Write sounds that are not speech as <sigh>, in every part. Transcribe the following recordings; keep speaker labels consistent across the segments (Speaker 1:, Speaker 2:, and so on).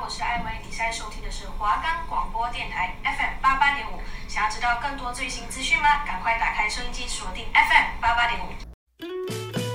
Speaker 1: 我是艾薇，你现在收听的是华冈广播电台 FM 八八点五。想要知道更多最新资讯吗？赶快打开收音机，锁定 FM 八八点五。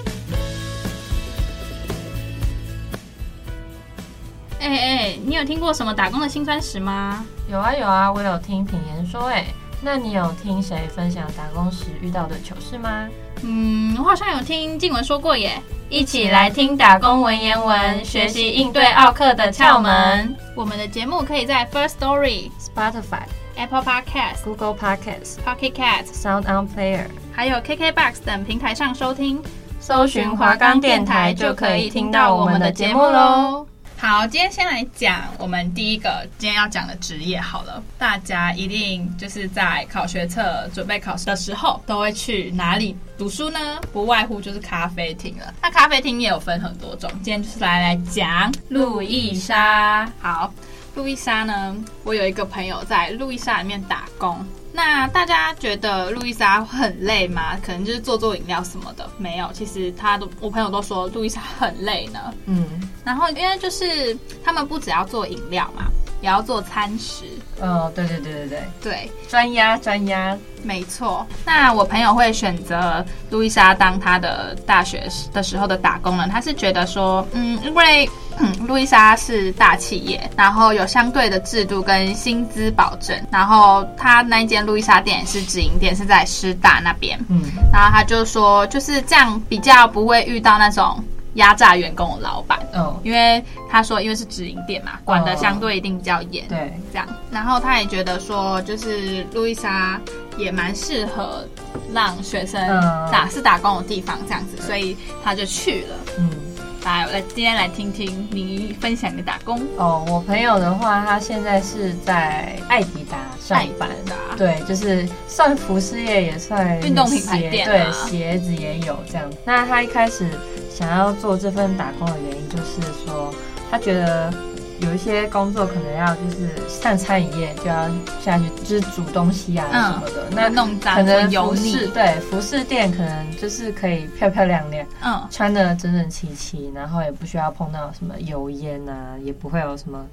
Speaker 2: 哎、哎、你有听过什么打工的辛酸史吗？
Speaker 3: 有啊有啊，我有听品言说哎、那你有听谁分享打工时遇到的糗事吗？
Speaker 2: 嗯，我好像有听静文说过耶。
Speaker 3: 一起来听打工文言文，学习应对奥克的窍门。
Speaker 2: 我们的节目可以在 First Story、
Speaker 3: Spotify、
Speaker 2: Apple Podcast、
Speaker 3: Google Podcasts、
Speaker 2: Pocket Cast、
Speaker 3: Sound On Player
Speaker 2: 还有 KKBox 等平台上收听，
Speaker 3: 搜寻华冈电台就可以听到我们的节目喽。。
Speaker 2: 好，今天先来讲我们第一个今天要讲的职业好了。大家一定就是在考学测准备考试的时候，都会去哪里读书呢？不外乎就是咖啡厅了。那咖啡厅也有分很多种，今天就是来来讲路易莎。好，路易莎呢，我有一个朋友在路易莎里面打工。那大家觉得路易莎很累吗？可能就是做做饮料什么的，没有。其实他都，我朋友都说路易莎很累呢。
Speaker 3: 嗯，
Speaker 2: 然后因为就是他们不只要做饮料嘛，也要做餐食。
Speaker 3: 哦，对对对对对，
Speaker 2: 对，
Speaker 3: 专压专压，
Speaker 2: 没错。那我朋友会选择路易莎当他的大学的时候的打工人，他是觉得说，嗯，因为嗯路易莎是大企业，然后有相对的制度跟薪资保证，然后他那一间路易莎店也是直营店，是在师大那边。
Speaker 3: 嗯，
Speaker 2: 然后他就说，就是这样比较不会遇到那种压榨员工的老板。
Speaker 3: 哦，
Speaker 2: 因为他说，因为是直营店嘛，管的相对一定比较严，
Speaker 3: 对，
Speaker 2: 这样。然后他也觉得说，就是路易莎也蛮适合让学生
Speaker 3: 嗯
Speaker 2: 打、是打工的地方这样子，所以他就去了。
Speaker 3: 嗯。
Speaker 2: 来，我来今天来听听你分享的打工
Speaker 3: 哦，我朋友的话，他现在是在艾迪达上班
Speaker 2: 爱迪达
Speaker 3: 对，就是算服饰业也算
Speaker 2: 运动品牌店啊
Speaker 3: 鞋对，鞋子也有这样。那他一开始想要做这份打工的原因，就是说他觉得有一些工作可能要就是上餐饮业就要下去，就是煮东西啊
Speaker 2: 嗯
Speaker 3: 什么的。那
Speaker 2: 弄
Speaker 3: 可
Speaker 2: 脏、
Speaker 3: 能
Speaker 2: 油
Speaker 3: 服饰
Speaker 2: 腻，
Speaker 3: 对服饰店可能就是可以漂漂亮亮，
Speaker 2: 嗯
Speaker 3: 穿的整整齐齐，然后也不需要碰到什么油烟啊，也不会有什么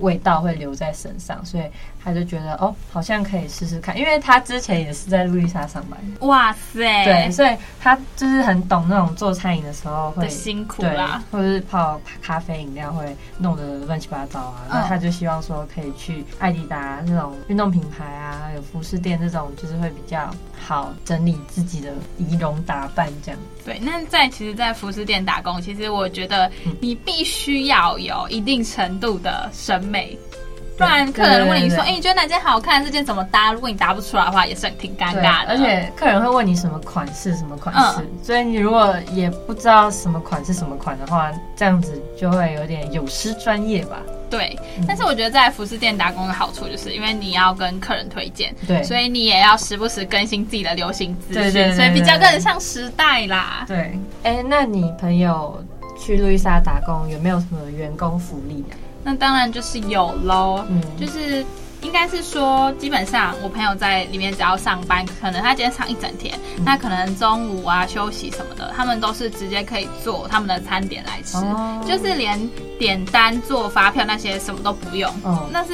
Speaker 3: 味道会留在身上，所以他就觉得哦，好像可以试试看，因为他之前也是在路易莎上班，
Speaker 2: 哇塞，
Speaker 3: 对，，所以他就是很懂那种做餐饮的时候会
Speaker 2: 的辛苦
Speaker 3: 对
Speaker 2: 啦，，
Speaker 3: 或者是泡咖啡饮料会弄得乱七八糟啊，
Speaker 2: 嗯
Speaker 3: 那他就希望说可以去艾迪达那种运动品牌啊，有服饰店这种，就是会比较好整理自己的仪容打扮这样，
Speaker 2: 对，那在其实，在服饰店打工，其实我觉得
Speaker 3: 嗯
Speaker 2: 你必须要有一定程度的审美，不然客人问你说：“
Speaker 3: 对对对
Speaker 2: 哎、你觉得哪件好看？这件怎么搭？”如果你答不出来的话，也是很挺尴
Speaker 3: 对，
Speaker 2: 尬的。嗯
Speaker 3: 而且客人会问你什么款式，什么款式，所以你如果也不知道什么款式什么款的话，这样子就会有点有失专业吧。
Speaker 2: 对
Speaker 3: 嗯，
Speaker 2: 但是我觉得在服饰店打工的好处，就是因为你要跟客人推荐，
Speaker 3: 对，
Speaker 2: 所以你也要时不时更新自己的流行资
Speaker 3: 对
Speaker 2: 讯，
Speaker 3: 对对
Speaker 2: 所以比较
Speaker 3: 对对
Speaker 2: 跟得上时代啦。
Speaker 3: 对，哎、那你朋友去路易莎打工有没有什么员工福利啊？
Speaker 2: 那当然就是有喽，
Speaker 3: 嗯
Speaker 2: 就是应该是说，基本上我朋友在里面只要上班，可能他今天上一整天，
Speaker 3: 嗯
Speaker 2: 那可能中午啊休息什么的，他们都是直接可以做他们的餐点来吃，
Speaker 3: 哦
Speaker 2: 就是连点单、做发票那些什么都不用。
Speaker 3: 哦
Speaker 2: 那是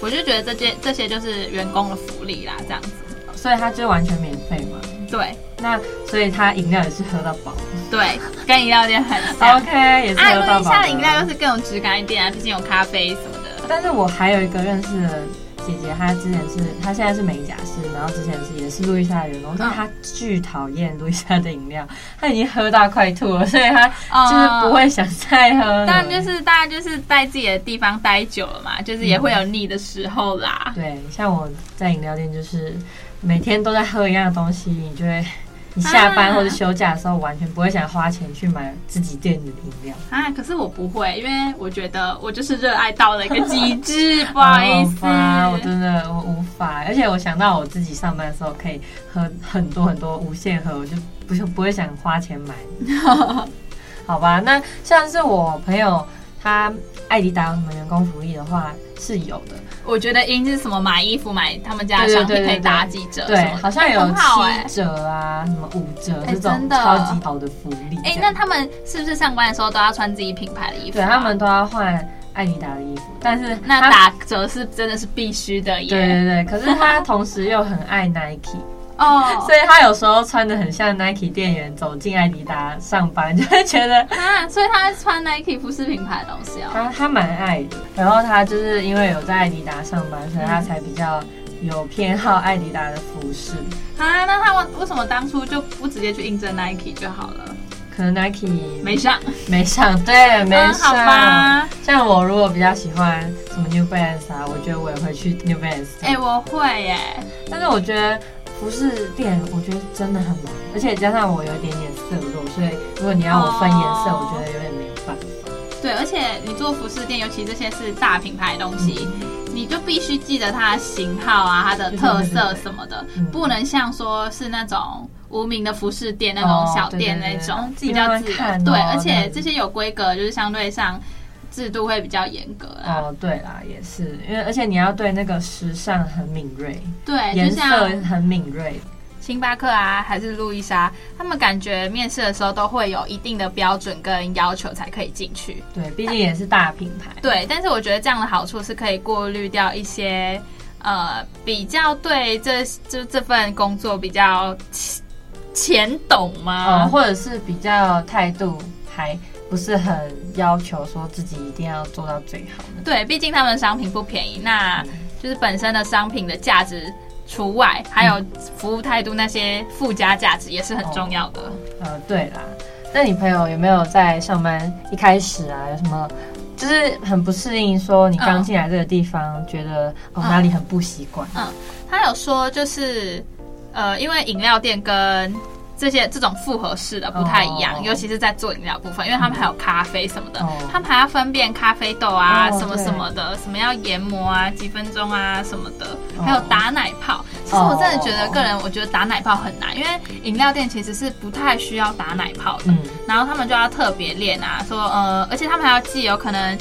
Speaker 2: 我就觉得这些这些就是员工的福利啦，这样子。
Speaker 3: 所以他就完全免费嘛。
Speaker 2: 对
Speaker 3: 那所以他饮料也是喝到饱
Speaker 2: 对，跟饮料店很
Speaker 3: <laughs>
Speaker 2: 像。
Speaker 3: ，OK，也是
Speaker 2: 啊，
Speaker 3: 喝
Speaker 2: 路
Speaker 3: 到
Speaker 2: 易
Speaker 3: 饱。
Speaker 2: 莎的饮料又是更有质感一点啊，毕竟有咖啡什么的。
Speaker 3: 但是我还有一个认识的姐姐，她之前是她现在是美甲师，然后之前是也是路易莎的员工，
Speaker 2: 嗯
Speaker 3: 但她巨讨厌路易莎的饮料，她已经喝到快吐了，所以她就是不会想再喝了。
Speaker 2: 当然啊就是大家就是在自己的地方待久了嘛，就是也会有腻的时候啦。
Speaker 3: 对，像我在饮料店就是每天都在喝一样的东西，你就会。你下班
Speaker 2: 啊
Speaker 3: 或者休假的时候，完全不会想花钱去买自己店里的饮料。
Speaker 2: 啊，可是我不会，因为我觉得我就是热爱到了一个极致，
Speaker 3: <laughs>
Speaker 2: 不好意思。
Speaker 3: 好吧哦我真的我无法。而且我想到我自己上班的时候可以喝很多很多无限喝，我就不是不会想花
Speaker 2: <laughs>
Speaker 3: 钱买。好吧，那像是我朋友他艾迪达有什么员工福利的话是有的，
Speaker 2: 我觉得应是什么买衣服买他们家的商
Speaker 3: 对
Speaker 2: 品
Speaker 3: 对对
Speaker 2: 可
Speaker 3: 对
Speaker 2: 以打几折，
Speaker 3: 对，好像有
Speaker 2: 很好哎
Speaker 3: 七折啊，什么五折
Speaker 2: 哎
Speaker 3: 这种
Speaker 2: 真的哎
Speaker 3: 超级好的福利这样。
Speaker 2: 哎、那他们是不是上班的时候都要穿自己品牌的衣服
Speaker 3: 对
Speaker 2: 啊？
Speaker 3: 他们都要换艾迪达的衣服，但是
Speaker 2: 那
Speaker 3: 他
Speaker 2: 打折是真的是必须的耶。
Speaker 3: 对对对，可是他同时又很爱 Nike，
Speaker 2: 哦
Speaker 3: 所，以他有时候穿的很像 Nike 店员走进艾迪达上班，就 <laughs> 会觉得
Speaker 2: 啊，所以他穿 Nike 不是品牌的东西哦。
Speaker 3: 他他蛮爱的。然后他就是因为有在艾迪达上班，所以他才比较有偏好艾迪达的服饰。
Speaker 2: 啊，那他为为什么当初就不直接去应征 Nike 就好了？
Speaker 3: 可能 Nike
Speaker 2: 没上，
Speaker 3: 没
Speaker 2: <laughs>
Speaker 3: 啊上，对，没
Speaker 2: 嗯好
Speaker 3: 上。
Speaker 2: 吧。
Speaker 3: 像我如果比较喜欢什么 New Balance 啊，我觉得我也会去 New Balance。
Speaker 2: 哎、我会耶。
Speaker 3: 但是我觉得服饰店，我觉得真的很忙，而且加上我有一点点色弱，所以如果你要我分颜色，
Speaker 2: 哦
Speaker 3: 我觉得有点没有办法。
Speaker 2: 对，而且你做服饰店，尤其这些是大品牌的东西，
Speaker 3: 嗯
Speaker 2: 你就必须记得它的型号啊、它的特色什么的，
Speaker 3: 嗯
Speaker 2: 不能像说是那种无名的服饰店那
Speaker 3: 哦
Speaker 2: 种小店
Speaker 3: 对
Speaker 2: 那
Speaker 3: 对对
Speaker 2: 种、
Speaker 3: 自己
Speaker 2: 比较
Speaker 3: 慢慢
Speaker 2: 自由。
Speaker 3: 看哦
Speaker 2: 对，而且
Speaker 3: 嗯
Speaker 2: 这些有规格，就是相对上制度会比较严格啦。
Speaker 3: 哦，对啦，也是，因为而且你要对那个时尚很敏锐，
Speaker 2: 对，
Speaker 3: 颜
Speaker 2: 哎就像
Speaker 3: 色很敏锐。
Speaker 2: 星巴克啊，还是路易莎，他们感觉面试的时候都会有一定的标准跟要求才可以进去。
Speaker 3: 对，毕竟也是大品牌。
Speaker 2: 对，但是我觉得这样的好处是可以过滤掉一些呃比较对这就这份工作比较浅浅懂
Speaker 3: 呃，
Speaker 2: 吗？
Speaker 3: 或者是比较态度还不是很要求说自己一定要做到最好的。
Speaker 2: 对，毕竟他们的商品不便宜，那就是本身的商品的价值除外，还有服务态度那些附加价值也是很重要的。
Speaker 3: 呃，对啦，那你朋友有没有在上班一开始啊，有什么就是很不适应？说你刚
Speaker 2: 嗯
Speaker 3: 进来这个地方，觉得
Speaker 2: 嗯
Speaker 3: 哦哪里很不习惯？
Speaker 2: 他有说就是，呃，因为饮料店跟这些这种复合式的不太一样，
Speaker 3: 哦
Speaker 2: 尤其是在做饮料部分，因为他们还有咖啡什么的，
Speaker 3: 哦
Speaker 2: 他们还要分辨咖啡豆啊、
Speaker 3: 哦
Speaker 2: 什么什么的，什么要研磨啊几分钟啊什么的，
Speaker 3: 哦
Speaker 2: 还有打奶泡。其实我真的觉得个人，我觉得打奶泡很难，因为饮料店其实是不太需要打奶泡的。
Speaker 3: 嗯，
Speaker 2: 然后他们就要特别练啊，说呃，而且他们还要记有可能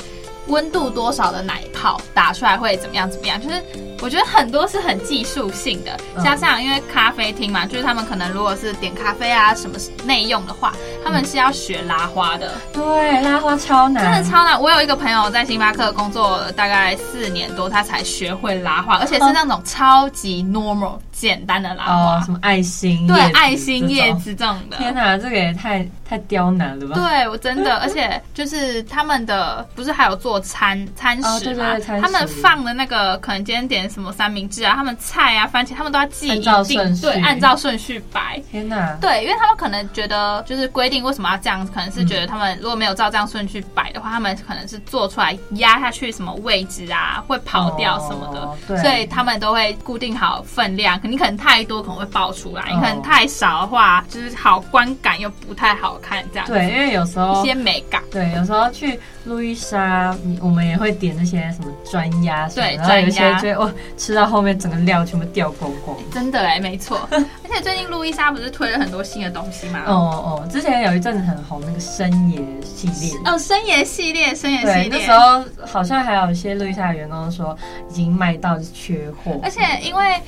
Speaker 2: 温度多少的奶泡打出来会怎么样怎么样，就是我觉得很多是很技术性的，
Speaker 3: 嗯
Speaker 2: 加上因为咖啡厅嘛，就是他们可能如果是点咖啡啊什么内用的话，他们是要学拉花的，
Speaker 3: 嗯对，拉花超
Speaker 2: 真
Speaker 3: 难，
Speaker 2: 的超难。我有一个朋友在星巴克工作了大概四年多，他才学会拉花，而且是那种超级 normal 简单的拉
Speaker 3: 嗯哦，
Speaker 2: 花，
Speaker 3: 什么爱心
Speaker 2: 对
Speaker 3: 叶子
Speaker 2: 爱心
Speaker 3: 这种
Speaker 2: 叶。子这种的。
Speaker 3: 天哪，这个也太太刁难了吧？
Speaker 2: 对，我真的，而且就是他们的不是还有做餐餐
Speaker 3: 哦
Speaker 2: 食
Speaker 3: 对对
Speaker 2: 嘛、
Speaker 3: 对餐食
Speaker 2: 他们放的那个可能今天点什么三明治啊，他们菜啊、番茄，他们都要记一
Speaker 3: 按照顺
Speaker 2: 定，
Speaker 3: 序
Speaker 2: 对，按照顺序摆。
Speaker 3: 天哪，
Speaker 2: 对，因为他们可能觉得就是规定为什么要这样，可能是觉得他们如果没有照这样顺序摆的话，他们可能是做出来压下去什么位置啊，会跑掉什么的，
Speaker 3: 哦对
Speaker 2: 所以他们都会固定好分量。可你可能太多可能会爆出来，
Speaker 3: 哦
Speaker 2: 你可能太少的话，就是好观感又不太好看这样。
Speaker 3: 对，因为有时
Speaker 2: 一
Speaker 3: 候
Speaker 2: 些美感，
Speaker 3: 对，有时候去路易莎，你我们也会点那些什么砖鸭什么，
Speaker 2: 对
Speaker 3: 然后有些
Speaker 2: 砖鸭
Speaker 3: 就会哇，吃到后面整个料全部掉光光。
Speaker 2: 真的哎，没
Speaker 3: <laughs>
Speaker 2: 错。而且最近路易莎不是推了很多新的东西吗？
Speaker 3: 哦哦，之前有一阵子很红那个生野系列。
Speaker 2: 哦，生椰系列，生椰
Speaker 3: 对，
Speaker 2: 系
Speaker 3: 那
Speaker 2: 列
Speaker 3: 时。候好像还有一些路易莎的员工说已经卖到缺货，
Speaker 2: 而且因为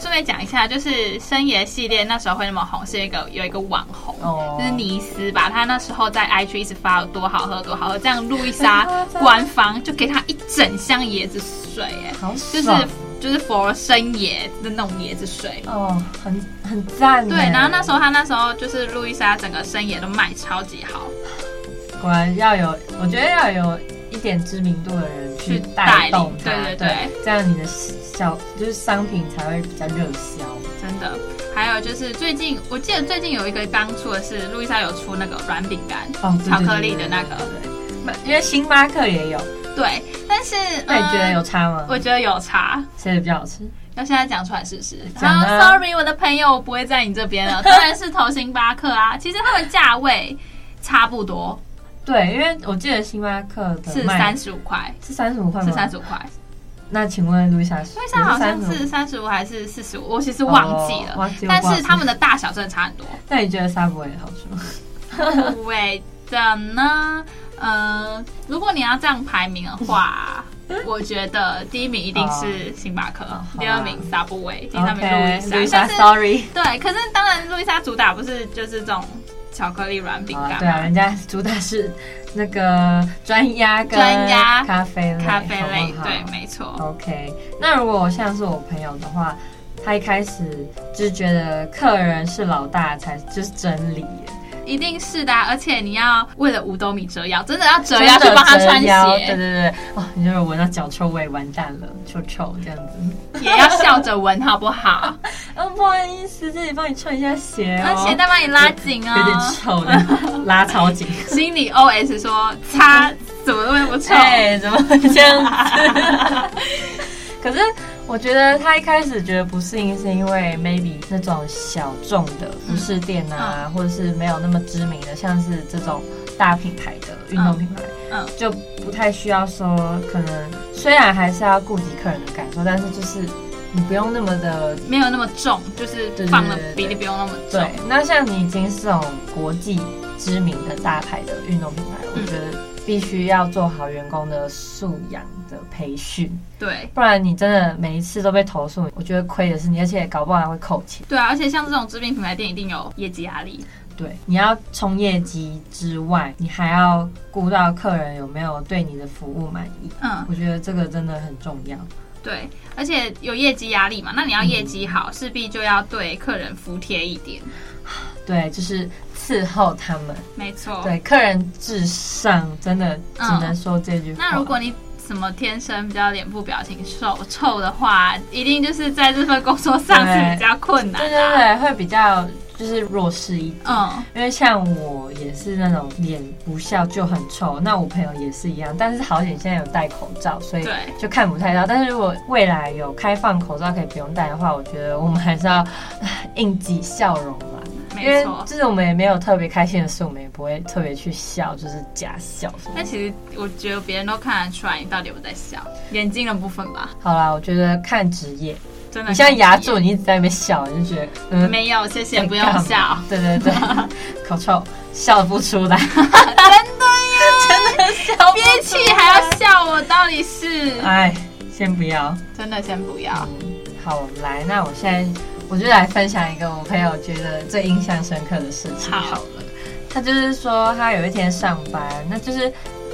Speaker 2: 顺便讲一下，就是生椰系列那时候会那么红，是一个有一个网红。
Speaker 3: 哦
Speaker 2: 就是尼斯吧，他那时候在 IG 一直发有多好喝多好喝，这样路易
Speaker 3: 很 <laughs>
Speaker 2: 莎
Speaker 3: 夸张
Speaker 2: 官方就给他一整箱椰子水，哎，
Speaker 3: 好
Speaker 2: 就是
Speaker 3: 爽
Speaker 2: 就是 for 生椰的那种椰子水。
Speaker 3: 哦，很很赞耶。欸
Speaker 2: 对，然后那时候他那时候就是路易莎整个生椰都卖超级好，
Speaker 3: 果然要有，我觉得要有一点知名度的人
Speaker 2: 去
Speaker 3: 去带动它，
Speaker 2: 带领对对对
Speaker 3: 这样你的小就是商品才会比较热销。
Speaker 2: 真的。还有就是最近，我记得最近有一个刚出的是路易莎有出那个软饼干，
Speaker 3: 哦，对
Speaker 2: 巧克力的那个，
Speaker 3: 对对对对因为星巴克也有，
Speaker 2: 对。但是
Speaker 3: 那你觉得
Speaker 2: 嗯
Speaker 3: 有差吗？
Speaker 2: 我觉得有差，
Speaker 3: 谁的比较好吃？
Speaker 2: 要现在讲出来试试。
Speaker 3: 讲
Speaker 2: 然后
Speaker 3: 啊
Speaker 2: sorry，我的朋友，我不会在你这边
Speaker 3: <laughs>
Speaker 2: 了，当然是投星巴克啊。其实它们价位差不多，
Speaker 3: 对，因为我记得星巴克的
Speaker 2: 是
Speaker 3: 卖嗯
Speaker 2: 三十五块，
Speaker 3: 是三十五块吗？
Speaker 2: 是三十五块。
Speaker 3: 那请问路易莎，
Speaker 2: 因为上好像
Speaker 3: 你35
Speaker 2: 是三十五还是四十五，我其实忘记
Speaker 3: 哦
Speaker 2: 了
Speaker 3: 忘记。了
Speaker 2: 但
Speaker 3: 忘
Speaker 2: 是
Speaker 3: 记
Speaker 2: 它们的大小真的差很多。
Speaker 3: 那你觉得 Subway 好吃吗？
Speaker 2: <laughs> 味的呢？嗯，如果你要这样排名的
Speaker 3: <laughs>
Speaker 2: 话，我觉得第一名一定是星巴克，
Speaker 3: 哦好啊
Speaker 2: 第二名 Subway，第三名
Speaker 3: OK，
Speaker 2: 路易莎。但是
Speaker 3: s o r r y
Speaker 2: 对，可是当然路易莎主打不是就是这种巧克力软饼
Speaker 3: 啊，
Speaker 2: 干
Speaker 3: 对啊，
Speaker 2: 嘛？
Speaker 3: 人家主打是那个专压跟
Speaker 2: 专压
Speaker 3: 咖啡类，
Speaker 2: 咖啡类
Speaker 3: 好不，好
Speaker 2: 对，没错，
Speaker 3: OK，那如果像是我朋友的话，他一开始就觉得客人是老大才就是真理耶，
Speaker 2: 一定是的啊、而且你要为了五斗米折腰，真的要折腰去
Speaker 3: 真的
Speaker 2: 帮他穿
Speaker 3: 折腰对对
Speaker 2: 鞋，
Speaker 3: 对，哦，你就是闻到脚臭味，完蛋了，臭臭这样子。
Speaker 2: 也要笑着闻，好不好？
Speaker 3: 嗯，不好意思，这里帮你穿一下鞋
Speaker 2: 那
Speaker 3: 哦，
Speaker 2: 鞋带帮你拉紧
Speaker 3: 有点
Speaker 2: 哦。
Speaker 3: 臭的，拉超紧。
Speaker 2: 心里 OS 说：“擦，怎么那么臭？”
Speaker 3: 哎、怎么会这样子？ <laughs> 可是我觉得他一开始觉得不适应，是因为 maybe 那种小众的服饰店啊，
Speaker 2: 嗯
Speaker 3: 或者是没有那么知名的，像是这种大品牌的运动品牌，
Speaker 2: 嗯
Speaker 3: 就不太需要说，可能虽然还是要顾及客人的感受，但是就是你不用那么的。
Speaker 2: 没有那么重，就是
Speaker 3: 对对
Speaker 2: 放的
Speaker 3: 对对
Speaker 2: 比例不用那么重
Speaker 3: 对。，那像你已经是这种国际知名的大牌的运动品牌，
Speaker 2: 嗯
Speaker 3: 我觉得必须要做好员工的素养的培训。
Speaker 2: 对
Speaker 3: 不然你真的每一次都被投诉，我觉得亏的是你，而且搞不好还会扣钱。
Speaker 2: 对啊，而且像这种知名品牌店一定有业绩压力，
Speaker 3: 对，你要冲业绩之外，你还要顾到客人有没有对你的服务满意。
Speaker 2: 嗯，
Speaker 3: 我觉得这个真的很重要。
Speaker 2: 对，而且有业绩压力嘛，那你要业绩好，势必就要对客人服帖一点，
Speaker 3: 对，就是伺候他们。
Speaker 2: 没错。
Speaker 3: 对，客人至上，真的只能说这句话。
Speaker 2: 嗯那如果你什么天生比较脸部表情臭臭的话，一定就是在这份工作上是
Speaker 3: 对
Speaker 2: 比较困难啊
Speaker 3: 对
Speaker 2: 的、
Speaker 3: 对对，会比较就是弱势一点。
Speaker 2: 嗯，
Speaker 3: 因为像我也是那种脸不笑就很臭，那我朋友也是一样，但是好险现在有戴口罩，所以
Speaker 2: 嗯对
Speaker 3: 就看不太到。但是如果未来有开放口罩可以不用戴的话，我觉得我们还是要唉应急笑容吧。
Speaker 2: 没
Speaker 3: 因为
Speaker 2: 错。
Speaker 3: 就是我们也没有特别开心的事，我们也不会特别去笑，就是假笑什么
Speaker 2: 但
Speaker 3: 的。
Speaker 2: 其实我觉得别人都看得出来你到底有没有在笑，眼睛的部分吧，
Speaker 3: 好啦，我觉得看职业，
Speaker 2: 真的。
Speaker 3: 你现在牙住，你一直在那边笑，你就觉得嗯，
Speaker 2: 没有，谢谢，
Speaker 3: 在
Speaker 2: 不用
Speaker 3: 干嘛
Speaker 2: 笑。
Speaker 3: 对
Speaker 2: <laughs>
Speaker 3: 对对，口臭笑不出来，
Speaker 2: 真的耶，
Speaker 3: 真的笑不出来
Speaker 2: 憋气还要笑，我到底是
Speaker 3: 哎，先不要。
Speaker 2: 真的先不要。
Speaker 3: 嗯，好，来，那我现在我就来分享一个我朋友觉得最印象深刻的事情
Speaker 2: 好
Speaker 3: 好了。他就是说，他有一天上班，那就是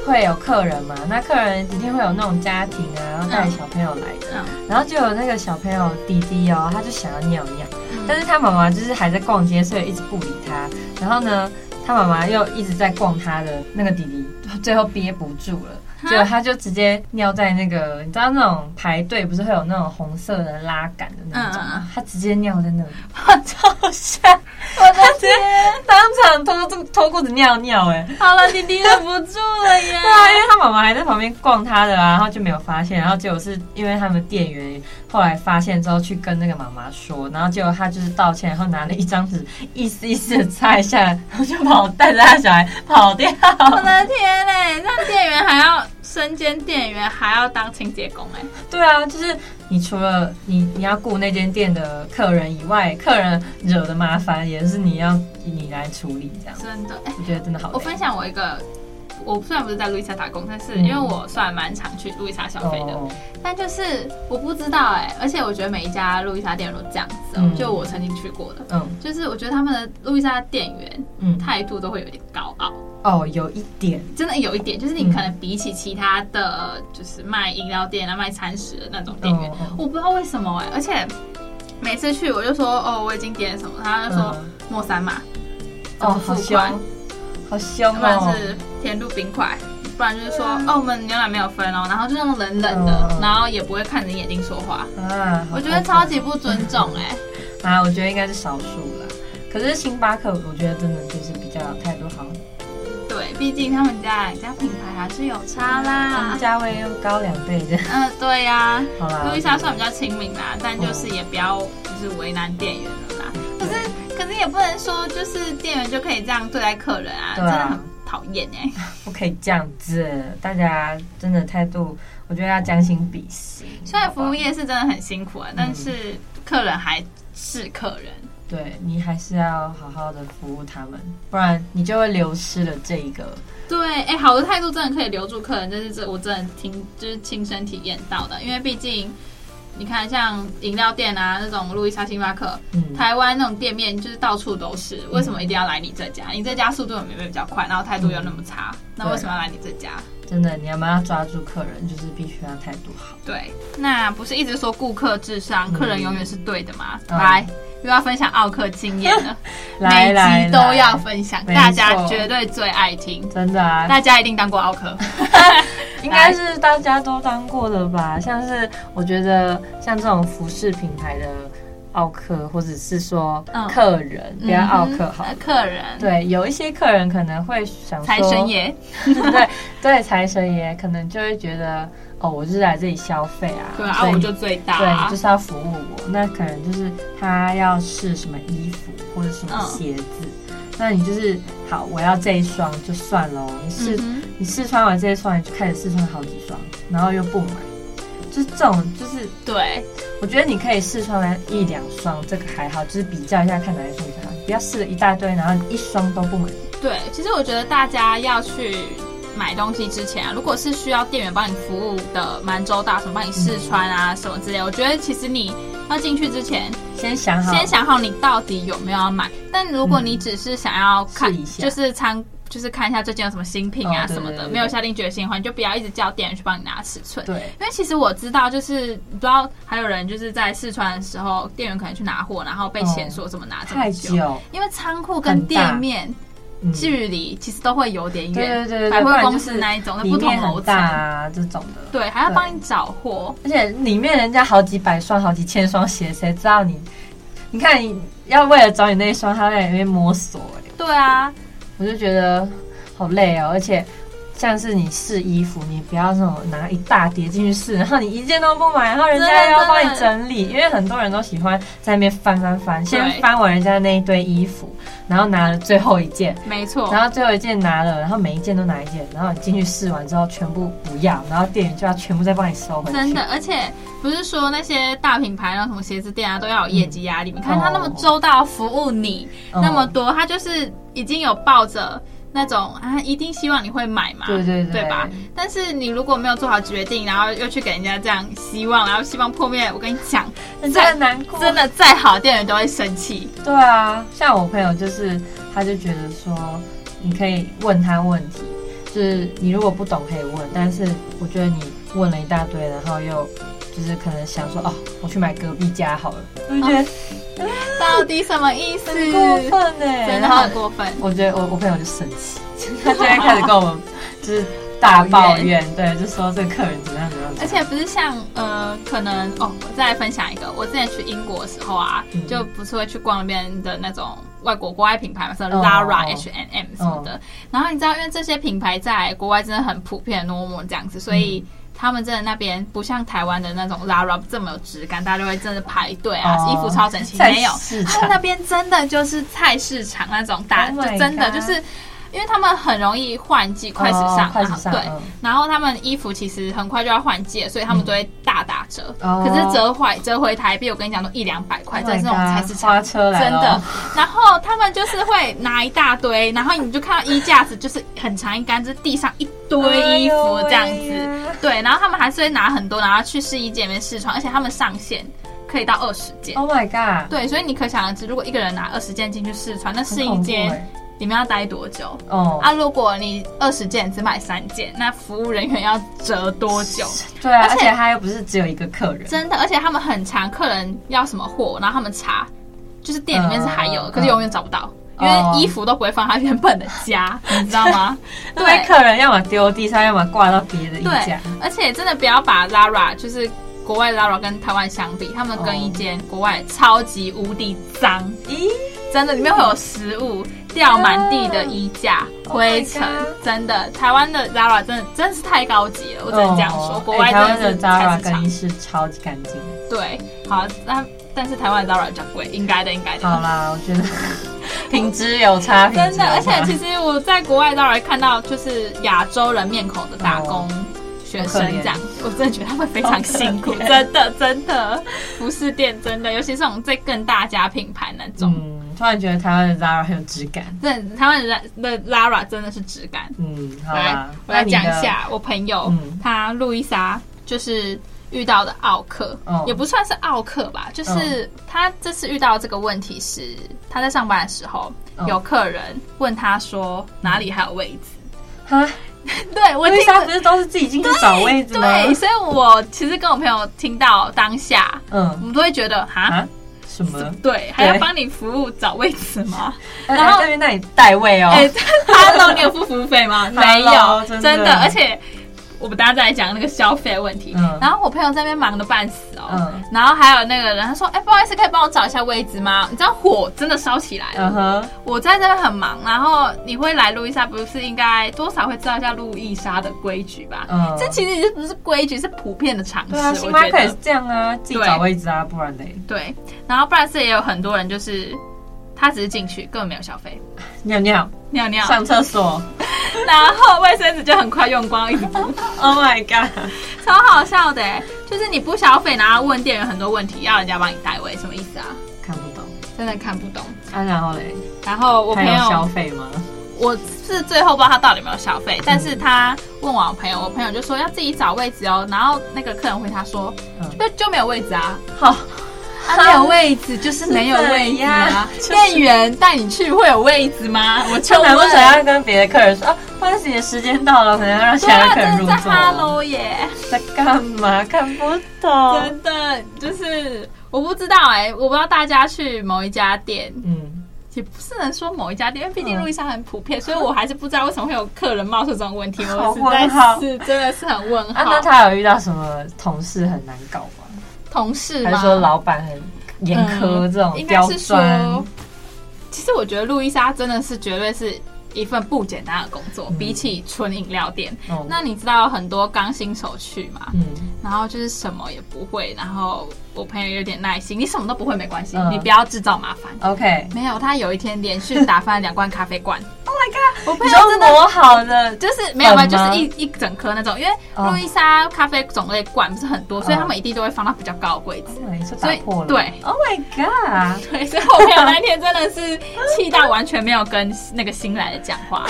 Speaker 3: 会有客人嘛，那客人一定会有那种家庭啊，然后带小朋友来的，
Speaker 2: 嗯
Speaker 3: 然后就有那个小朋友弟弟哦，他就想要尿尿，
Speaker 2: 嗯
Speaker 3: 但是他妈妈就是还在逛街，所以一直不理他。然后呢，他妈妈又一直在逛他的那个弟弟，最后憋不住了。结果他就直接尿在那个，你知道那种排队不是会有那种红色的拉杆的那
Speaker 2: 嗯
Speaker 3: 种
Speaker 2: 嗯
Speaker 3: 吗？他直接尿在那里，我超吓！我他 <laughs> 直接当场脱裤脱裤子尿尿、哎，
Speaker 2: 好了，弟弟忍不住了耶
Speaker 3: 对啊，因为他妈妈还在旁边逛他的啊，然后就没有发现，然后结果是因为他们店员后来发现之后去跟那个妈妈说，然后结果他就是道歉，然后拿了一张纸一丝一丝的擦一下，然后就跑带着他小孩跑掉。
Speaker 2: 我的天嘞，那店员还要身兼店员，还要当清洁工哎，
Speaker 3: 对啊，就是你除了你你要顾那间店的客人以外，客人惹的麻烦也是你要你来处理这样。
Speaker 2: 真的哎。
Speaker 3: 我觉得真的好累。
Speaker 2: 我分享我一个，我虽然不是在路易莎打工，但是
Speaker 3: 嗯
Speaker 2: 因为我算蛮常去路易莎消费的，
Speaker 3: 哦，
Speaker 2: 但就是我不知道哎，而且我觉得每一家路易莎店都这样子哦，
Speaker 3: 嗯
Speaker 2: 就我曾经去过的。
Speaker 3: 嗯
Speaker 2: 就是我觉得他们的路易莎店员
Speaker 3: 嗯，
Speaker 2: 态度都会有点高傲，
Speaker 3: 哦，有一点，
Speaker 2: 真的有一点，就是你可能比起其他的就是卖饮料店啊、卖餐食的那种店员，
Speaker 3: 哦哦
Speaker 2: 我不知道为什么哎、而且每次去我就说哦，我已经点什么，他就说
Speaker 3: 嗯
Speaker 2: 莫三嘛，
Speaker 3: 哦，
Speaker 2: 怎么
Speaker 3: 好
Speaker 2: 付
Speaker 3: 凶
Speaker 2: 款，
Speaker 3: 好凶
Speaker 2: 要不然
Speaker 3: 哦。
Speaker 2: 是甜度冰块，不然就是说哦，我们牛奶没有分哦，然后就那种冷冷的，
Speaker 3: 嗯
Speaker 2: 然后也不会看你眼睛说话，
Speaker 3: 啊，
Speaker 2: 哦
Speaker 3: 好
Speaker 2: 我觉得超级不尊重哎、
Speaker 3: 啊，我觉得应该是少数啦。可是星巴克，我觉得真的就是比较态度
Speaker 2: 啊
Speaker 3: 好，
Speaker 2: 对，毕竟他们家人家品牌还是有差
Speaker 3: 他
Speaker 2: 啦
Speaker 3: 们。价位又高两倍这样。
Speaker 2: 嗯、对呀、
Speaker 3: 好啦，
Speaker 2: 路易莎算比较亲民啦，但就是也不要就是为难店员了啦。可是可是也不能说就是店员就可以这样对待客人啊，
Speaker 3: 对
Speaker 2: 真的
Speaker 3: 啊
Speaker 2: 很讨厌哎。
Speaker 3: 不可以这样子，大家真的态度，我觉得要将心比心。
Speaker 2: 虽然
Speaker 3: 好不
Speaker 2: 服
Speaker 3: 好
Speaker 2: 务业是真的很辛苦啊，但是客人还是客人。
Speaker 3: 对你还是要好好的服务他们，不然你就会流失了这一个。
Speaker 2: 对，哎、好的态度真的可以留住客人，这是这我真的听就是亲身体验到的，因为毕竟。你看像饮料店啊那种路易莎、星巴克，
Speaker 3: 嗯，
Speaker 2: 台湾那种店面就是到处都是，为什么一定要来你这家？你这家速度有没有比较快？然后态度又那么差，那为什么要来你这家？
Speaker 3: 真的，你要不要抓住客人，就是必须要态度好。
Speaker 2: 对，那不是一直说顾客至上，
Speaker 3: 嗯
Speaker 2: 客人永远是对的吗？
Speaker 3: 嗯
Speaker 2: 来，又要分享奥克经验了，
Speaker 3: <laughs> 来
Speaker 2: 每
Speaker 3: 来
Speaker 2: 集都
Speaker 3: 来
Speaker 2: 要分享，
Speaker 3: 没
Speaker 2: 大家
Speaker 3: 错
Speaker 2: 绝对最爱听，
Speaker 3: 真的啊，
Speaker 2: 大家一定当过奥克，
Speaker 3: 应该是大家都当过的吧？像是我觉得像这种服饰品牌的奥客，或者是说
Speaker 2: 嗯
Speaker 3: 客人，不要奥客好了
Speaker 2: 呃客人
Speaker 3: 对，有一些客人可能会想说，
Speaker 2: 财神，爷，
Speaker 3: <laughs> 对对，财神爷可能就会觉得，哦，我就是来这里消费啊，
Speaker 2: 对啊，
Speaker 3: 所以
Speaker 2: 我就最大
Speaker 3: 对，
Speaker 2: 啊
Speaker 3: 你就，是要服务我。那可能就是他要试什么衣服或者什么
Speaker 2: 嗯
Speaker 3: 鞋子，那你就是好，我要这一双就算喽。你试、
Speaker 2: 嗯
Speaker 3: 你试穿完这一双，你就开始试穿好几双，然后又不买，就是这种，就是
Speaker 2: 哼对，
Speaker 3: 我觉得你可以试穿完一两双，这个还好，就是比较一下看哪一双比较好，不要试了一大堆，然后你一双都不买。
Speaker 2: 对，其实我觉得大家要去买东西之前啊，如果是需要店员帮你服务的蛮周到，什么帮你试穿啊、什么之类，我觉得其实你要进去之前，
Speaker 3: 先想好，
Speaker 2: 先想好你到底有没有要买。但如果
Speaker 3: 嗯
Speaker 2: 你只是想要看，
Speaker 3: 试一下
Speaker 2: 就是参。就是看一下最近有什么新品啊
Speaker 3: 哦对
Speaker 2: 什么
Speaker 3: 对
Speaker 2: 的，
Speaker 3: 对对
Speaker 2: 没有下定决心的话，你就不要一直叫店员去帮你拿尺寸。
Speaker 3: 对，
Speaker 2: 因为其实我知道，就是你知道还有人就是在试穿的时候，店员可能去拿货，然后被嫌说怎么拿这么
Speaker 3: 哦太久，
Speaker 2: 因为仓库跟
Speaker 3: 很大
Speaker 2: 店面
Speaker 3: 嗯
Speaker 2: 距离其实都会有点
Speaker 3: 对
Speaker 2: 远，
Speaker 3: 对对对，
Speaker 2: 百
Speaker 3: 不
Speaker 2: 货
Speaker 3: 然
Speaker 2: 公
Speaker 3: 就
Speaker 2: 司
Speaker 3: 是
Speaker 2: 那一种，那
Speaker 3: 里
Speaker 2: 不同
Speaker 3: 面
Speaker 2: 楼
Speaker 3: 很
Speaker 2: 层
Speaker 3: 大，啊这种的。
Speaker 2: 对，还要
Speaker 3: 对
Speaker 2: 帮你找货，
Speaker 3: 而且里面人家好几百双、好几千双鞋，谁知道你？你看你要为了找你那一双，他在里面摸索、欸，
Speaker 2: 对啊，
Speaker 3: 我就觉得好累哦。而且像是你试衣服，你不要那种拿一大叠进去试，然后你一件都不买，然后人
Speaker 2: 真的
Speaker 3: 家要帮
Speaker 2: 真
Speaker 3: 你
Speaker 2: 的
Speaker 3: 整理，因为很多人都喜欢在那边翻翻翻，
Speaker 2: 对
Speaker 3: 先翻完人家那一堆衣服，然后拿了最后一件，
Speaker 2: 没错，
Speaker 3: 然后最后一件拿了，然后每一件都拿一件，然后你进去试完之后全部不要，然后店员就要全部再帮你收回去。
Speaker 2: 真的，而且不是说那些大品牌，那种什么鞋子店啊，都要有业绩压力。你看
Speaker 3: 哦
Speaker 2: 他那么周到服务你
Speaker 3: 嗯
Speaker 2: 那么多，他就是已经有抱着那种啊，一定希望你会买嘛，
Speaker 3: 对对
Speaker 2: 对吧？但是你如果没有做好决定，然后又去给人家这样希望，然后希望破灭，我跟你讲，
Speaker 3: 真的难过，
Speaker 2: 真的再好的店员都会生气。
Speaker 3: 对啊，像我朋友就是，他就觉得说，你可以问他问题，就是你如果不懂可以问，但是我觉得你问了一大堆，然后又就是可能想说，哦，我去买隔壁家好了，我就觉
Speaker 2: 嗯
Speaker 3: 得
Speaker 2: 到底什么意思？
Speaker 3: 很过分哎、
Speaker 2: 真的
Speaker 3: 然后
Speaker 2: 很过分。
Speaker 3: 我觉得我我朋友就生气， <laughs> 他就会开始跟我们就是大抱怨，对，就说这个客人怎么样怎么样，
Speaker 2: 而且不是像呃，可能哦，我再来分享一个，我之前去英国的时候啊，
Speaker 3: 嗯
Speaker 2: 就不是会去逛那边的那种外国国外品牌嘛，像
Speaker 3: 哦
Speaker 2: Zara、
Speaker 3: 哦
Speaker 2: H&M 什么的。然后你知道，因为这些品牌在国外真的很普遍 normal 这样子，所以。他们真的那边不像台湾的那种 Zara 这么有质感，大家就会真的排队啊
Speaker 3: 哦
Speaker 2: 衣服超整
Speaker 3: <laughs>
Speaker 2: 齐。
Speaker 3: 菜
Speaker 2: 没有，啊
Speaker 3: 哦市
Speaker 2: 他们
Speaker 3: 场
Speaker 2: 那边真的就是菜市场那种大
Speaker 3: Oh my
Speaker 2: 就真的
Speaker 3: God
Speaker 2: 就是，因为他们很容易换季，快时尚，
Speaker 3: 哦快时
Speaker 2: 然后
Speaker 3: 尚
Speaker 2: 对，
Speaker 3: 嗯
Speaker 2: 然后他们衣服其实很快就要换季了，所以他们都会大打折。
Speaker 3: 哦 Oh
Speaker 2: 可是折回折回台币，我跟你讲都一两百块，在这种菜市场
Speaker 3: 花车来
Speaker 2: 真
Speaker 3: 了
Speaker 2: 的。然后他们就是会拿一大堆，然后你就看到衣架子就是很长一杆，就是地上一堆衣服这样
Speaker 3: 哎呦喂
Speaker 2: 子
Speaker 3: 呀。
Speaker 2: 对，然后他们还是会拿很多，然后去试衣间里面试穿，而且他们上限可以到二十件。
Speaker 3: ，Oh my god，
Speaker 2: 对，所以你可想而知，如果一个人拿二十件进去试穿，那试
Speaker 3: 很
Speaker 2: 一
Speaker 3: 恐怖
Speaker 2: 间
Speaker 3: 欸
Speaker 2: 你们要待多久？
Speaker 3: 哦，
Speaker 2: 啊，如果你二十件只买三件，那服务人员要折多久？
Speaker 3: 对啊，
Speaker 2: 而
Speaker 3: 而
Speaker 2: 且
Speaker 3: 且他又不是只有一个客人，
Speaker 2: 真的，而且他们很常客人要什么货，然后他们查，就是店里面是还有的，
Speaker 3: 嗯
Speaker 2: 可是永远找不到，因
Speaker 3: 哦
Speaker 2: 为衣服都不会放他原本的家，你知道吗？
Speaker 3: <laughs> 因为哦客人要么丢地上，要么挂到别的衣
Speaker 2: 对
Speaker 3: 架。，
Speaker 2: 而且真的不要把 Zara 就是。国外 Zara 跟台湾相比，他们跟
Speaker 3: 哦
Speaker 2: 一间国外超级无敌脏，
Speaker 3: 咦，
Speaker 2: 真的里面会有食物掉满地的衣架、
Speaker 3: Oh
Speaker 2: 灰尘
Speaker 3: my god
Speaker 2: 真的，台湾的 Zara 真的真的是太高级了，我只能这样说。
Speaker 3: 哦
Speaker 2: 国外
Speaker 3: 哎台湾
Speaker 2: 真的
Speaker 3: 的
Speaker 2: 是菜
Speaker 3: Zara
Speaker 2: 市场
Speaker 3: 更衣室超级干净。
Speaker 2: 对，好，那但是台湾的 Zara 比较贵，应该的，应该的。
Speaker 3: 好啦，我觉
Speaker 2: <laughs>
Speaker 3: 得品质有差，
Speaker 2: 真的，而且其
Speaker 3: 实
Speaker 2: 实我在国外 Zara 看到就是亚洲人面孔的打工学生这样，我真的觉得他们非常辛苦，
Speaker 3: 好可怜
Speaker 2: 真的真的，服饰店真的，尤其是这种在更大家品牌那种。
Speaker 3: 嗯，突然觉得台湾的 Zara 很有质感。
Speaker 2: 那台湾人的 Zara 真的是质感，
Speaker 3: 嗯，好
Speaker 2: 来
Speaker 3: 啦，，
Speaker 2: 我来
Speaker 3: 那你的
Speaker 2: 讲一。下我朋友，
Speaker 3: 嗯
Speaker 2: 她路易莎就是遇到的奥克，
Speaker 3: 哦
Speaker 2: 也不算是奥克吧，
Speaker 3: 嗯
Speaker 2: 就是他这次遇到这个问题是他在上班的时候，
Speaker 3: 哦
Speaker 2: 有客人问他说哪里还有位
Speaker 3: <laughs>
Speaker 2: 置。
Speaker 3: 哈，
Speaker 2: 对我
Speaker 3: 因
Speaker 2: 听
Speaker 3: 为他
Speaker 2: 着
Speaker 3: 不是都是自己进去找位置吗？
Speaker 2: 对，所以我其实跟我朋友听到当下，我
Speaker 3: 嗯
Speaker 2: 们都会觉得哈，
Speaker 3: 啊，什么？
Speaker 2: 对，还要
Speaker 3: 对
Speaker 2: 帮你服务找位置吗？然
Speaker 3: 然
Speaker 2: 后
Speaker 3: 后在哎那里带位哦，
Speaker 2: 哎、哈喽，你有付服务费
Speaker 3: <laughs>
Speaker 2: 吗？没有
Speaker 3: Hello，，真的
Speaker 2: 真而且我们大家在讲那个消费的问题，
Speaker 3: 嗯
Speaker 2: 然后我朋友在那边忙得半死哦。
Speaker 3: 嗯
Speaker 2: 然后还有那个人，他说：“哎、不好意思，可以帮我找一下位置吗？”你知道火真的烧起来了。
Speaker 3: 嗯哼，
Speaker 2: 我在这边很忙，然后你会来路易莎，不是应该多少会知道一下路易莎的规矩吧？
Speaker 3: 嗯
Speaker 2: 这其实这不是规矩，是普遍的常识。
Speaker 3: 对啊，
Speaker 2: 我
Speaker 3: 星巴
Speaker 2: 觉
Speaker 3: 克也
Speaker 2: 得
Speaker 3: 是这样啊，自己找位置啊，不然嘞，
Speaker 2: 对。然后不然是也有很多人就是他只是进去，根本没有消费，
Speaker 3: 尿尿、
Speaker 2: 尿尿，
Speaker 3: 上厕所
Speaker 2: <laughs> 然后卫生纸就很快用光一补。
Speaker 3: ，Oh my god，
Speaker 2: 超好笑的、欸，就是你不消费，然后问店员很多问题，要人家帮你代位，什么意思啊？
Speaker 3: 看不懂
Speaker 2: 真的看不懂。
Speaker 3: 啊，然后嘞，
Speaker 2: 然后我
Speaker 3: 他
Speaker 2: 朋
Speaker 3: 有消
Speaker 2: 友，
Speaker 3: 费吗？
Speaker 2: 我是最后不知道他到底有没有消费，但是他问完我朋友，我朋友就说要自己找位置哦。然后那个客人回他说，
Speaker 3: 嗯
Speaker 2: 就就没有位置啊，
Speaker 3: 好，
Speaker 2: 啊没有位置就是没有位置啊。店员带你去会有位置吗？我就问
Speaker 3: 他难。为什么要跟别的客人说啊？不好意思，你的时间到了，可能要让其
Speaker 2: 对
Speaker 3: 他的
Speaker 2: 啊，
Speaker 3: 客人入
Speaker 2: 真的是哈
Speaker 3: 座。
Speaker 2: 喽耶，
Speaker 3: 在干嘛？看不懂。
Speaker 2: 真的就是我不知道哎、我不知道大家去某一家店
Speaker 3: 嗯，
Speaker 2: 也不是能说某一家店，因为毕竟路易莎很普遍，所以我还是不知道为什么会有客人冒出这种问题。
Speaker 3: 好
Speaker 2: 我实在
Speaker 3: 问号
Speaker 2: 是真的是很问
Speaker 3: 啊，
Speaker 2: 号。
Speaker 3: 那他有遇到什么同事很难搞吗？
Speaker 2: 同事
Speaker 3: 还
Speaker 2: 吗？
Speaker 3: 是说老板很严苛这种
Speaker 2: 嗯应该
Speaker 3: 刁
Speaker 2: 是
Speaker 3: 钻
Speaker 2: 说？，其实我觉得路易莎真的是绝对是一份不简单的工作，
Speaker 3: 嗯
Speaker 2: 比起纯饮料店。
Speaker 3: 哦
Speaker 2: 那你知道有很多刚新手去嘛，
Speaker 3: 嗯，
Speaker 2: 然后就是什么也不会，然后我朋友有点耐心，你什么都不会没关系，
Speaker 3: 嗯
Speaker 2: 你不要制造麻烦。
Speaker 3: OK，
Speaker 2: 没有，他有一天连续打翻两罐咖啡
Speaker 3: <laughs>
Speaker 2: 罐。Oh my god！我朋
Speaker 3: 你
Speaker 2: 友
Speaker 3: 说
Speaker 2: 真的
Speaker 3: 磨好的就
Speaker 2: 就是没有没有，
Speaker 3: 粉
Speaker 2: 就
Speaker 3: 吗
Speaker 2: 是一一整颗那种，因为
Speaker 3: 哦
Speaker 2: 路易莎咖啡种类罐不是很多，所以
Speaker 3: 哦
Speaker 2: 他们一定都会放到比较高的柜子。
Speaker 3: 是
Speaker 2: 所
Speaker 3: 打
Speaker 2: 以
Speaker 3: 破了。
Speaker 2: 对
Speaker 3: ，Oh my god！
Speaker 2: <laughs> 对，所以我朋友那天真的是气到完全没有跟那个新来的讲
Speaker 3: <laughs>
Speaker 2: 话，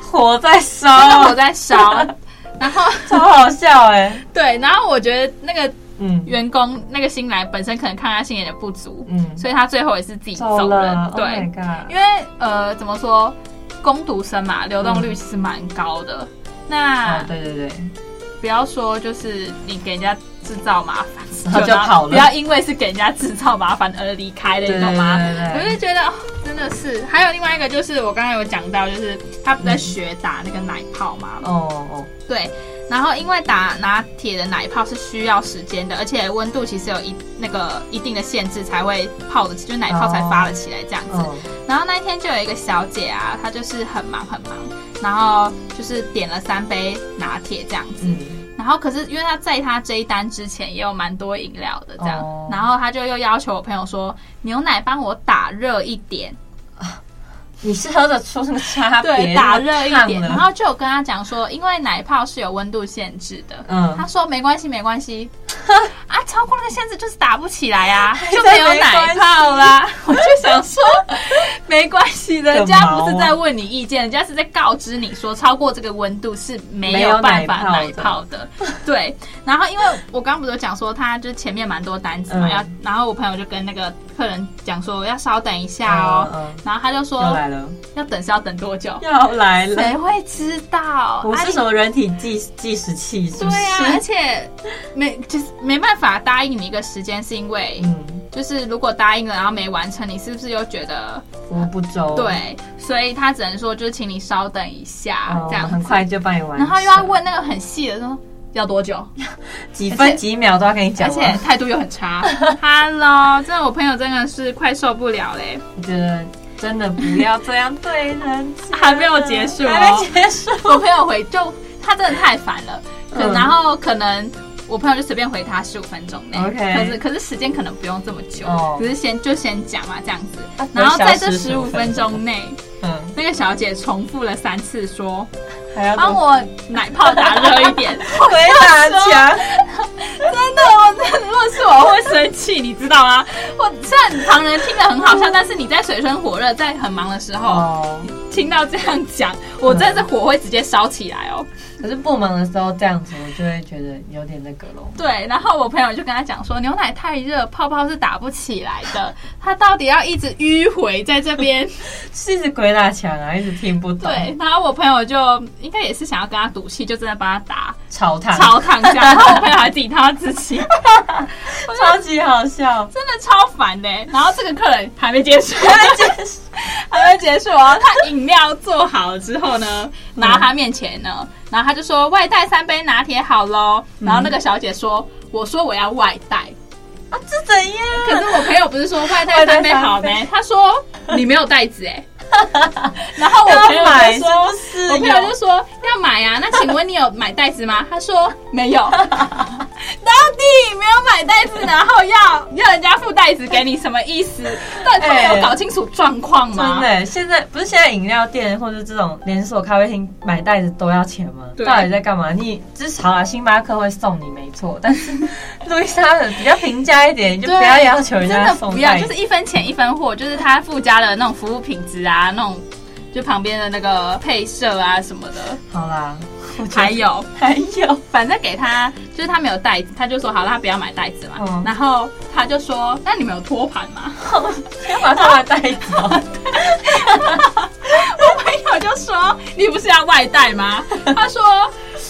Speaker 3: 火在烧，
Speaker 2: 真的我在
Speaker 3: <laughs>
Speaker 2: 烧。然后
Speaker 3: 超好笑哎、
Speaker 2: 对，然后我觉得那个
Speaker 3: 嗯
Speaker 2: 员工那个新来本身可能看他心眼的不足，
Speaker 3: 嗯，
Speaker 2: 所以他最后也是自己
Speaker 3: 走
Speaker 2: 走
Speaker 3: 了
Speaker 2: 人。
Speaker 3: ，Oh
Speaker 2: 对
Speaker 3: my god！
Speaker 2: 因为呃怎么说，工读生嘛，流动率其实蛮高的。那
Speaker 3: 哦，对对对，
Speaker 2: 不要说就是你给人家制造麻烦，
Speaker 3: 然后就跑了
Speaker 2: 不要因为是给人家制造麻烦而离开了，
Speaker 3: 对
Speaker 2: 你懂吗？
Speaker 3: 对对对
Speaker 2: 我就觉得、哦、真的是，还有另外一个就是我刚才有讲到，就是他不在学打那个奶泡嘛，
Speaker 3: 哦哦，
Speaker 2: 对。然后，因为打拿铁的奶泡是需要时间的，而且温度其实有一那个一定的限制才会泡的，就是奶泡才发了起来这样子。
Speaker 3: 嗯
Speaker 2: 然后那一天就有一个小姐啊，她就是很忙很忙，然后就是点了三杯拿铁这样子。
Speaker 3: 嗯，
Speaker 2: 然后可是因为他在他这一单之前也有蛮多饮料的这样，
Speaker 3: 哦
Speaker 2: 然后他就又要求我朋友说牛奶帮我打热一点，
Speaker 3: 你是喝得出什么差啊别？
Speaker 2: 对，打热一点。
Speaker 3: 那么烫了啊
Speaker 2: 然后就有跟他讲说，因为奶泡是有温度限制的，他
Speaker 3: 嗯，
Speaker 2: 说没关系没关
Speaker 3: <laughs>
Speaker 2: 系，啊，超过那个限制就是打不起来啊，
Speaker 3: 还在
Speaker 2: 就没有奶泡
Speaker 3: <laughs>
Speaker 2: 啦。我就想说没关系，人家不是在问你意见，人家是在告知你说超过这个温度是没有办法
Speaker 3: 没有
Speaker 2: 奶
Speaker 3: 奶泡
Speaker 2: 泡的。 <laughs> 对，然后因为我刚不是有讲说他就是前面蛮多单子嘛，
Speaker 3: 嗯
Speaker 2: 要然后我朋友就跟那个客人讲说要稍等一下哦，
Speaker 3: 嗯嗯
Speaker 2: 然后他就
Speaker 3: 要
Speaker 2: 说
Speaker 3: 来了，
Speaker 2: 要等是要等多久？
Speaker 3: 要来了。
Speaker 2: 谁会知道？
Speaker 3: 不
Speaker 2: 啊
Speaker 3: 是
Speaker 2: 你
Speaker 3: 什么人体计计时器，是
Speaker 2: 对
Speaker 3: 不是？
Speaker 2: 呀、而且没就是没办法答应你一个时间，是因为、
Speaker 3: 嗯，
Speaker 2: 就是如果答应了然后没完成，你是不是又觉得
Speaker 3: 服务不周，
Speaker 2: 对？所以他只能说就是请你稍等一下、
Speaker 3: 哦，
Speaker 2: 这样子
Speaker 3: 很，快就帮你完成，
Speaker 2: 然后又要问那个很细的说要多久，
Speaker 3: 几分几秒都要跟你讲
Speaker 2: 而
Speaker 3: 完，
Speaker 2: 且态度又很
Speaker 3: <laughs>
Speaker 2: 差。Hello，真的我朋友真的是快受不了嘞。
Speaker 3: 我觉得真的不要这样对人家，
Speaker 2: 还没有结束哦
Speaker 3: 还没结束，
Speaker 2: <laughs> 我朋友回就他真的太烦了，可、
Speaker 3: 嗯
Speaker 2: 然后可能我朋友就随便回他十五分钟内
Speaker 3: OK
Speaker 2: 可是可是时间可能不用这么久，
Speaker 3: 哦
Speaker 2: 只是先就先讲嘛这样子
Speaker 3: 啊，
Speaker 2: 然后在这
Speaker 3: 不是
Speaker 2: 十
Speaker 3: 15
Speaker 2: 五分
Speaker 3: 分钟
Speaker 2: 钟内，
Speaker 3: 嗯，啊
Speaker 2: 那个小姐重复了三次说
Speaker 3: 还要
Speaker 2: 帮我奶泡打热一
Speaker 3: <laughs>
Speaker 2: 点，
Speaker 3: 回答墙，
Speaker 2: 真的，我真的，如果是我我会生气，你知道吗？我虽然旁人听得很好笑，但是你在水深火热，在很忙的时候。
Speaker 3: 嗯哦，
Speaker 2: 听到这样讲，我真的是火会直接烧起来哦。
Speaker 3: 可是不忙的时候这样子，我就会觉得有点那个咯。
Speaker 2: 对，然后我朋友就跟他讲说，牛奶太热，泡泡是打不起来的，它到底要一直迂回在这 <laughs> 边。
Speaker 3: 是一直鬼打墙啊，一直听不懂，
Speaker 2: 对，然后我朋友就应该也是想要跟他赌气，就真的帮他打
Speaker 3: 吵他，
Speaker 2: 超烫这样，然后我朋友还自己烫自己，
Speaker 3: 超级好
Speaker 2: <laughs>
Speaker 3: 笑。啊
Speaker 2: 真的超烦的、然后这个客人还没结 <laughs> 束，
Speaker 3: 真是
Speaker 2: 还没结束哦，他饮料做好之后呢，拿到他面前呢，然后他就说外带三杯拿铁好喽，然后那个小姐说，我说我要外带。
Speaker 3: 啊，这怎样？
Speaker 2: 可是我朋友不是说外带三杯好
Speaker 3: 外带
Speaker 2: 没？他说你没有袋子哎、 <laughs> 然后我朋友
Speaker 3: 要买
Speaker 2: 就说
Speaker 3: 是不是？
Speaker 2: 我朋友就说要买呀、那请问你有买袋子吗？他说没有， <laughs> 到底没有买袋子，然后要要人家付袋子给你，什么意思？到底他没有搞清楚状况吗？
Speaker 3: 真的耶，现在不是现在饮料店或者这种连锁咖啡厅买袋子都要钱吗？
Speaker 2: 对
Speaker 3: 到底在干嘛？你至少啊，星巴克会送你没错，但是路易莎的比较平价一点，你就不
Speaker 2: 对
Speaker 3: 要要求人
Speaker 2: 真
Speaker 3: 家
Speaker 2: 的
Speaker 3: 送
Speaker 2: 不要，
Speaker 3: 袋
Speaker 2: 就
Speaker 3: 子
Speaker 2: 是。一分钱一分货，就是它附加了那种服务品质啊，那种就旁边的那个配色啊什么的，
Speaker 3: 好啦，我觉
Speaker 2: <laughs>
Speaker 3: 得
Speaker 2: 还有。
Speaker 3: 还有，
Speaker 2: 反正给他就是他没有袋子，他就说好了，他不要买袋子嘛。
Speaker 3: 嗯
Speaker 2: 然后他就说：“那你们有托盘吗？” <laughs>
Speaker 3: 要把它把袋子哦，？”
Speaker 2: 我朋友就说：“你不是要外带吗？”他说：“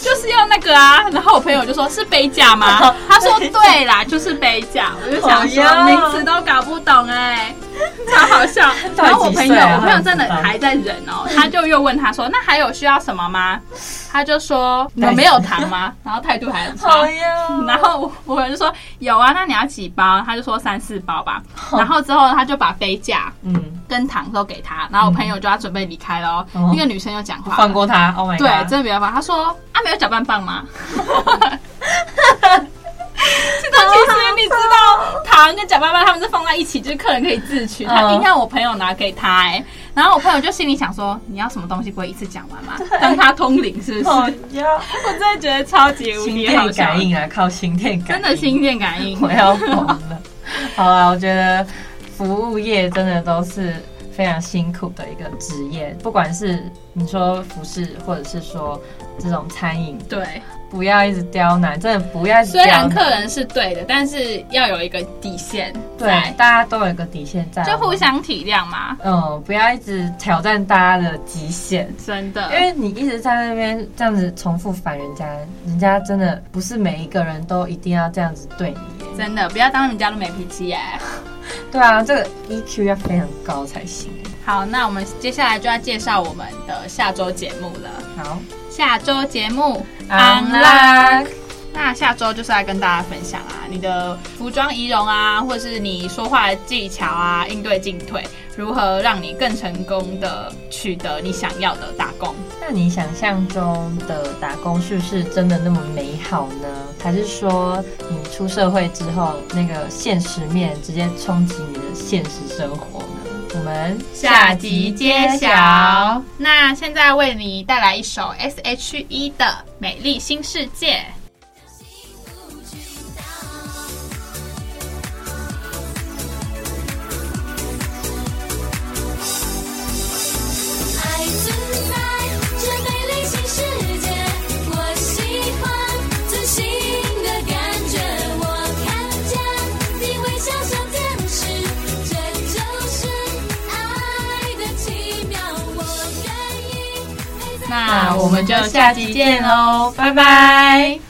Speaker 2: 就是要那个啊。”然后我朋友就说：“是杯架吗
Speaker 3: <laughs>
Speaker 2: 他说：“对啦，就是杯架。”我就想
Speaker 3: 好
Speaker 2: 说，
Speaker 3: 呀
Speaker 2: 名词都搞不懂
Speaker 3: <laughs>
Speaker 2: 哎、超好笑。
Speaker 3: 到底
Speaker 2: 然后我朋
Speaker 3: 几
Speaker 2: 友，
Speaker 3: 岁啊嗯
Speaker 2: 我朋友真的
Speaker 3: 他很知道
Speaker 2: 还在忍哦，他就又问他说：“那还有需要什么吗？”他就说：“你们没有糖吗？” <laughs> 然后态度还很差。
Speaker 3: <laughs> 好呀。
Speaker 2: <laughs> 然后我我朋友就说有啊，那你要几包？他就说三四包 <laughs> 吧。然后之后他就把杯架
Speaker 3: 嗯，
Speaker 2: 跟糖都给他，然后我朋友就要准备离开喽。
Speaker 3: 嗯
Speaker 2: 那个女生又讲话，
Speaker 3: 放过他，Oh my
Speaker 2: 对，
Speaker 3: god！
Speaker 2: 真的没办法。她说啊，没有搅拌棒 <laughs> 吗？这个其实你知道，糖跟搅拌棒他们是放在一起，就是客人可以自取。 <laughs> 他
Speaker 3: 嗯
Speaker 2: 硬要我朋友拿给他、哎，然后我朋友就心里想说，你要什么东西不会一次讲完 <laughs> 吗？当他通灵是不是？
Speaker 3: 好
Speaker 2: 哦我
Speaker 3: 呀，
Speaker 2: 真的觉得超级无
Speaker 3: 心
Speaker 2: 敌好
Speaker 3: 电
Speaker 2: 笑
Speaker 3: 感，应啊，靠心电感
Speaker 2: 真
Speaker 3: 应，
Speaker 2: 的心电感 <laughs> 应。
Speaker 3: 我要疯了。 <laughs> 好啦，我觉得服务业真的都是非常辛苦的一个职业，不管是你说服饰，或者是说这种餐饮，
Speaker 2: 对，
Speaker 3: 不要一直刁难，真的不要一直
Speaker 2: 虽
Speaker 3: 刁
Speaker 2: 然
Speaker 3: 难。
Speaker 2: 客人是对的，但是要有一个底线
Speaker 3: 对
Speaker 2: 在，
Speaker 3: 大家都有一个底线在，
Speaker 2: 就互。相体谅嘛。
Speaker 3: 嗯，不要一直挑战大家的极限，
Speaker 2: 真的，
Speaker 3: 因为你一直在那边这样子重复烦人家，人家真的不是每一个人都一定要这样子对你耶。
Speaker 2: 真的，不要当人家的没脾气耶。
Speaker 3: 对啊，这个 EQ 要非常高才行。
Speaker 2: 好，那我们接下来就要介绍我们的下周节目了。
Speaker 3: 好，
Speaker 2: 下周节目
Speaker 3: 安
Speaker 2: Unlock 那下周就是来跟大家分享啊，你的服装仪容啊，或是你说话的技巧啊，应对进退，如何让你更成功的取得你想要的打工。
Speaker 3: 那你想象中的打工是不是真的那么美好呢？还是说你出社会之后，那个现实面直接冲击你的现实生活呢？我们
Speaker 2: 下集揭晓。那现在为你带来一首 S.H.E 的《美丽新世界》。
Speaker 4: 幸福知道，爱存在这美丽新世界，我喜欢最新的感觉。我看见你微笑像天使，这就是爱的奇妙。我愿意陪在。
Speaker 3: 哦
Speaker 2: 那我们就下集见喽，拜拜。